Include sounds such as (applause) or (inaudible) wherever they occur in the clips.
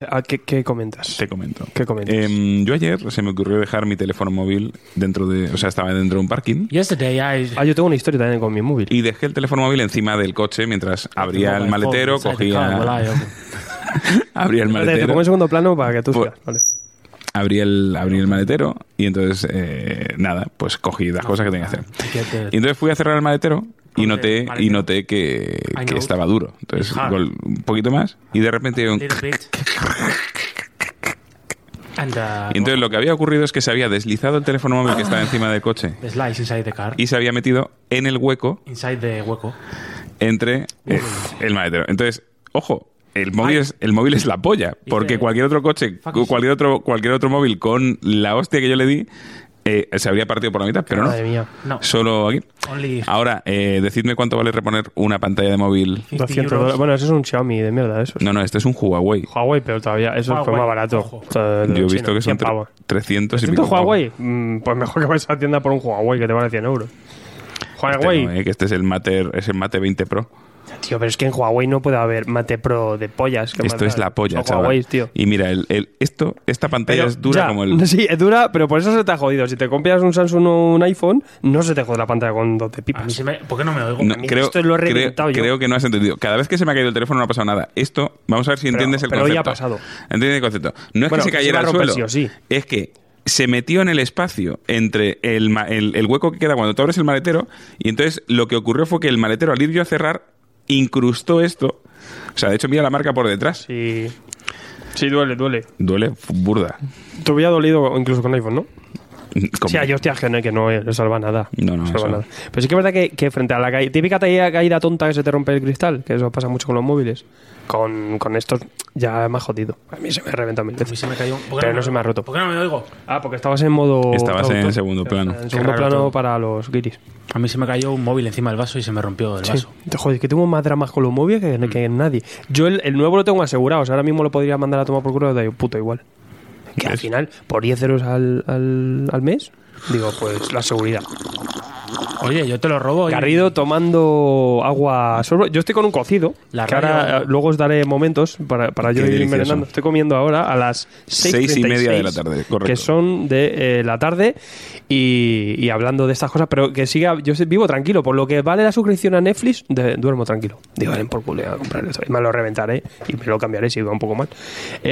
Ah, ¿Qué, qué comentas? Te comento. ¿Qué comentas? Em, yo ayer se me ocurrió dejar mi teléfono móvil dentro de. O sea, estaba dentro de un parking. Yesterday I... Ah, yo tengo una historia también con mi móvil. Y dejé el teléfono móvil encima del coche mientras abría el maletero, cogía. (laughs) Abría el Espérate, te pongo maletero. en segundo plano para que tú Pues- sigas. Vale. Abrí el, abrí el maletero y entonces, eh, nada, pues cogí las cosas que tenía que hacer. (laughs) Y entonces fui a cerrar el maletero y Con noté, el y maletero. noté que, I que know. estaba duro. Entonces, It's hard. gol- un poquito más y de repente un Little bit. And uh, Y entonces lo que había ocurrido es que se había deslizado el teléfono móvil que estaba encima del coche the slice inside the car. y se había metido en el hueco Inside the hueco. entre eh, el maletero. Entonces, ojo, el móvil es, el móvil es la polla, porque Dice- cualquier otro coche, Fuck you. cualquier otro, cualquier otro móvil con la hostia que yo le di, eh, se habría partido por la mitad, pero no. Madre mía. No. Solo aquí. Only Ahora, eh, decidme cuánto vale reponer una pantalla de móvil. 50 200 euros. dólares. Bueno, eso es un Xiaomi de mierda, eso. No, no, este es un Huawei. Huawei, pero todavía eso fue Huawei, más barato. ojo. O sea, de Yo he los visto chinos, que son 100 tre- pavos. 300 y pico. ¿Siento Huawei? Mm, pues mejor que vayas a la tienda por un Huawei que te vale 100 euros. Este Huawei. no, eh, que este es el Mate, es el Mate 20 Pro. Tío, pero es que en Huawei no puede haber mate pro de pollas. que Esto más es da. la polla, Son chaval. Huawei, tío. Y mira, el, el- esto, esta pantalla Pero es dura ya, como (laughs) el. Sí, es dura, pero por eso se te ha jodido. Si te compras un Samsung o un iPhone, no se te jode la pantalla con dos de A mí pipas. se me... ¿Por qué no me oigo? No, a mí esto lo he creo- reventado yo. creo que no has entendido. Cada vez que se me ha caído el teléfono no ha pasado nada. Esto, vamos a ver si Pero- entiendes el pero hoy concepto. ha pasado. Entiendes el concepto. No es Bueno, que se que se cayera va a al romper suelo. sí o sí. Es que se metió en el espacio entre el, ma- el- el hueco que queda cuando tú abres el maletero. Y entonces lo que ocurrió fue que el maletero, al ir yo a cerrar, incrustó esto. O sea, de hecho, mira la marca por detrás. Sí. Sí, duele, duele. Duele f- burda. Te hubiera dolido incluso con iPhone, ¿no? Como- Sí, hay hostias que no, que no eh, salva nada. No, no, salva eso. nada. Pero sí que es verdad que, que frente a la caída, típica caída, caída tonta que se te rompe el cristal, que eso pasa mucho con los móviles, con, con estos ya más jodido. A mí se me ha reventado mil A mí veces. se me cayó un... ¿Por qué Pero no me se me ha oigo? roto. ¿Por qué no me oigo? Ah, porque estabas en modo. Estabas en auto. segundo plano. En segundo Qué raro plano todo. para los guiris. A mí se me cayó un móvil encima del vaso y se me rompió el vaso. Te- Joder, que tengo más dramas con los móviles Mm. que, que nadie. Yo el, el nuevo lo tengo asegurado, o sea, ahora mismo lo podría mandar a tomar por culo, da puto igual. Que al ¿Ves? final, por 10 euros al, al, al mes, digo, pues la seguridad. Oye, yo te lo robo. y- Garrido tomando agua sorbo. Yo estoy con un cocido, La que radio- ahora eh, luego os daré momentos para, para yo Qué ir delicioso. merendando. Estoy comiendo ahora a las seis Seis y media de la tarde, correcto. Que son de eh, la tarde y, y hablando de estas cosas, pero que siga, yo se- vivo tranquilo. Por lo que vale la suscripción a Netflix, de- duermo tranquilo. Digo, ven por culo, voy a comprar esto. Y me lo reventaré y me lo cambiaré si va un poco mal.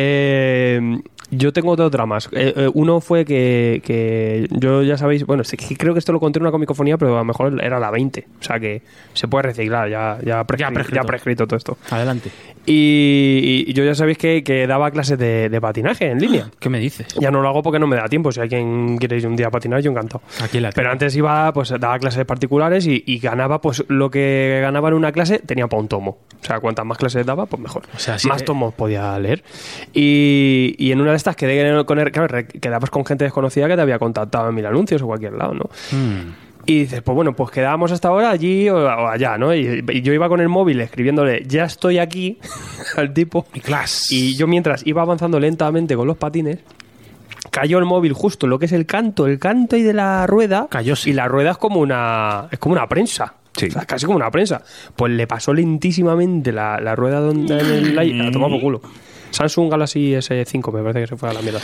Eh, yo tengo dos dramas. Eh, eh, uno fue que, que yo ya sabéis, bueno, sí que creo que esto lo conté en una comicofonía, pero a lo mejor era la 20. O sea que se puede reciclar, ya, ya, prescri- Ya prescrito. ya prescrito todo esto. Adelante. Y, y yo ya sabéis que, que daba clases de, de patinaje en línea. ¿Qué me dices? Ya no lo hago porque no me da tiempo. Si alguien quiere ir un día a patinar, yo encantado. Aquí la Pero antes iba, pues daba clases particulares y, y ganaba, pues lo que ganaba en una clase tenía para un tomo. O sea, cuantas más clases daba, pues mejor. O sea, sí, más eh. tomos podía leer. Y, y en una de estas quedé con, claro, re- quedabas con gente desconocida que te había contactado en mil anuncios o cualquier lado, ¿no? Mm. Y dices, pues bueno, pues quedábamos hasta ahora allí o, o allá, ¿no? Y, y yo iba con el móvil escribiéndole, ya estoy aquí (laughs) al tipo. Mi clase. Y yo mientras iba avanzando lentamente con los patines, cayó el móvil justo en lo que es el canto, el canto y de la rueda. Cayó, sí. Y la rueda es como una, es como una prensa. Sí. O sea, casi como una prensa. Pues le pasó lentísimamente la, la rueda donde en el aire. La tomó por culo. Samsung Galaxy S5 me parece que se fue a la mierda.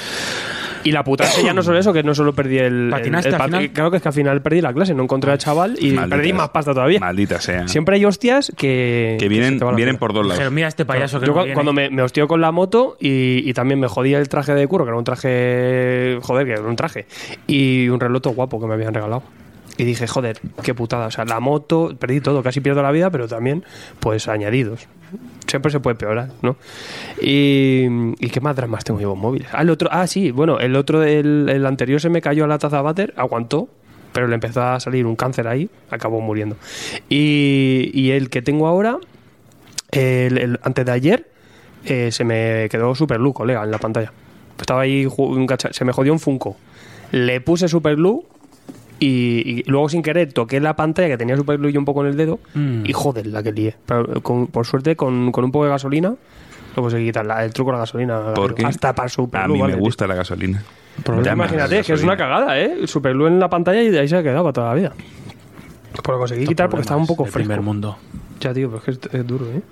Y la putada es que ya no solo eso, que no solo perdí el... ¿Patinaste el- el al pat- eh, final? Claro que es que al final perdí la clase, no encontré al chaval y Maldita perdí sea. más pasta todavía. Maldita sea. Siempre hay hostias que... que se vienen, te van a la vienen mierda. por dos lados. Pero mira este payaso que Yo no cu- viene. cuando me, me hostió con la moto y, y también me jodía el traje de curro, que era un traje, joder, que era un traje, y un reloj todo guapo que me habían regalado. Y dije, joder, qué putada. O sea, la moto, perdí todo, casi pierdo la vida, pero también, pues, añadidos. Siempre se puede peorar, ¿no? Y, y qué más dramas tengo yo con móviles. Ah, el otro, ah, sí, bueno, el otro, el, el anterior se me cayó a la taza de váter, aguantó, pero le empezó a salir un cáncer ahí, acabó muriendo. Y, y el que tengo ahora, el, el- antes de ayer eh, se me quedó Super Glue, colega, en la pantalla. Estaba ahí, ju- un cacha- se me jodió un Funko. Le puse Super Glue y, y luego sin querer toqué la pantalla que tenía Super Glue yo un poco en el dedo Mm. y joder, la que lié. Pero con- por suerte, con, con un poco de gasolina, lo conseguí quitar. la- el truco de la gasolina. Porque Hasta para Super a Glue, mí vale, me tío. gusta la gasolina. Tú Imagínate, es que es una cagada, ¿eh? Super Glue en la pantalla y de ahí se ha quedado para toda la vida. Pues lo conseguí quitar porque estaba un poco El primer fresco. mundo. Ya, tío, pero es que es, es duro, ¿eh?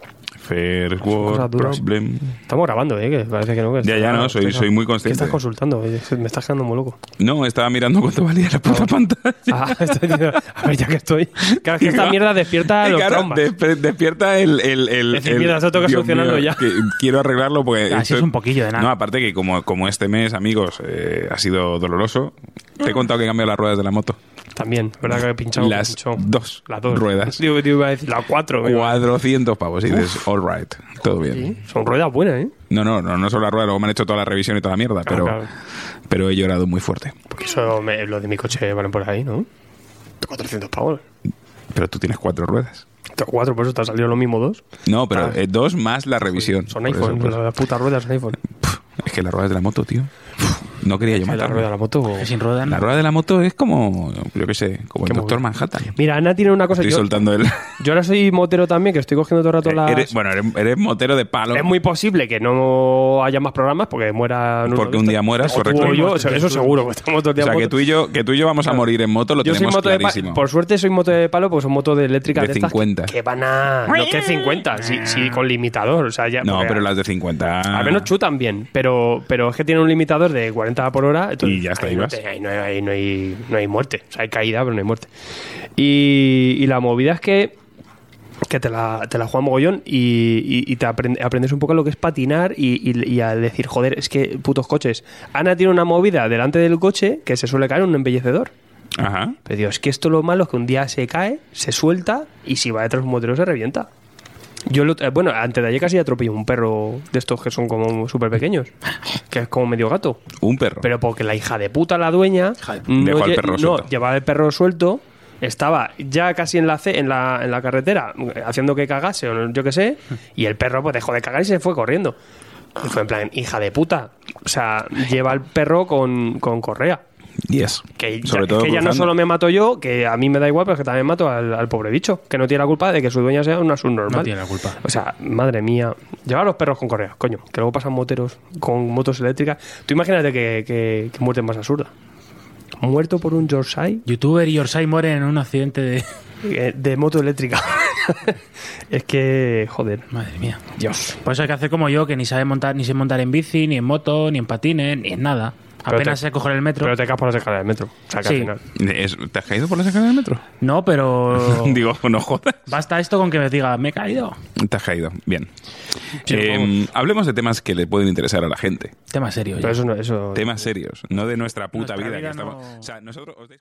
First cosas world duras. problem. Estamos grabando, ¿eh? Que parece que no. que Ya, está- ya, no, soy, está- soy muy ¿Qué consciente. estás consultando? Eh, Me estás quedando muy loco. No, estaba mirando cuánto valía la puta pantalla. (laughs) Ah, estoy diciendo, a ver, ya que estoy. Claro, es que esta Claro. mierda despierta (laughs) Y los claro, traumas. despe- despierta el. el, el, Decir, el- mierda, eso tengo que Dios solucionarlo ya. Ah, que quiero arreglarlo porque. Así Ah, es un poquillo de nada. No, aparte que como, como este mes, amigos, eh, ha sido doloroso, te he contado que he cambiado las ruedas de la moto. También, ¿verdad? Que he pinchado. Las pinchado. dos Las dos. ruedas. Digo, te iba a decir, las cuatro. me iba a 400 pavos. Y dices, all right, todo bien. decir. Son ruedas buenas, ¿eh? No, no, no, no solo la rueda, luego me han hecho toda la revisión y toda la mierda, pero, claro. pero he llorado muy fuerte. Porque eso, me- los de mi coche valen por ahí, ¿no? 400 pavos. Pero tú tienes cuatro ruedas. Tengo cuatro, por eso te han salido lo mismo dos. No, pero Ah. eh, dos más la revisión. Son Por eso, iPhone, por eso. las putas ruedas son iPhone. Es que las ruedas de la moto, tío. No quería yo Ay, La matarme. rueda de la moto. Que Sin ruedas. La rueda de la moto es como, yo qué sé, como el Qué Doctor movida. Manhattan. Mira, Ana tiene una cosa. Estoy Yo, soltando el... yo ahora soy motero también, que estoy cogiendo todo el rato las... Eres- bueno, eres, eres motero de palo. Es muy posible que no haya más programas porque muera... en uno Porque de un estos. día mueras, O tú correcto. o yo, o sea, eso seguro, que estamos todo el o día sea, en que moto. tú, y yo, que tú y yo vamos a morir en moto, lo Yo soy tenemos moto de pa- clarísimo. Por suerte soy moto de palo porque son moto de eléctrica De de, estas 50. Que van a... No, que 50, sí, sí, con limitador. O sea, ya, no, porque pero las de 50... Al menos chutan bien, pero, pero es que tiene un limitador de 40 por hora. entonces Y ya está, ahí ahí no, vas. te- ahí no, hay- ahí no hay, no hay muerte. O sea, hay caída, pero no hay muerte. Y, y la movida es que, que te, la, te la juega mogollón y, y- y te aprend- aprendes un poco lo que es patinar y, y- y a decir, joder, es que putos coches. Ana tiene una movida delante del coche que se suele caer un embellecedor. Ajá. Pero digo, es que esto lo malo es que un día se cae, se suelta y si va detrás un motero se revienta. Yo, lo, eh, bueno, antes de ayer casi atropellé un perro de estos que son como súper pequeños, que es como medio gato. Un perro. Pero porque la hija de puta, la dueña, Dejó al lle- perro no, suelto. llevaba el perro suelto, estaba ya casi en la, ce- en la, en la carretera eh, haciendo que cagase o no- yo qué sé, y el perro pues dejó de cagar y se fue corriendo. Y fue en plan, hija de puta. O sea, lleva al perro con, con correa. Yes. Que, ya, Sobre es todo que ya no cruzando. solo me mato yo, que a mí me da igual, pero es que también mato al, al pobre bicho, que no tiene la culpa de que su dueña sea una subnormal. No tiene la culpa. O sea, madre mía. Llevar a los perros con correas, coño, que luego pasan moteros con motos eléctricas. Tú imagínate que, que, que muerte más absurda. Muerto por un Yorkshire Youtuber y Yorsai mueren en un accidente de. (laughs) eh, de moto eléctrica. (laughs) es que, joder. Madre mía. Dios. Por eso hay que hacer como yo, que ni sabe montar, ni sé montar en bici, ni en moto, ni en patines, ni en nada. Pero Apenas te- sé coger el metro. Pero te caes por las escaleras del metro. O sea, que al Sí. final. Es- ¿Te has caído por las escaleras del metro? (laughs) No, pero. Digo, no jodas. Basta esto con que me diga, me he caído. Te has caído. Bien. Sí, Eh, vamos. hablemos de temas que le pueden interesar a la gente. Tema serio. Pero ya. eso no. Eso, Temas serios, no de nuestra puta Nuestra vida. que vida estamos- no- O sea, nosotros os dais-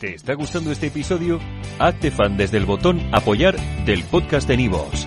¿Te está gustando este episodio? Hazte fan desde el botón Apoyar del podcast de Nivos.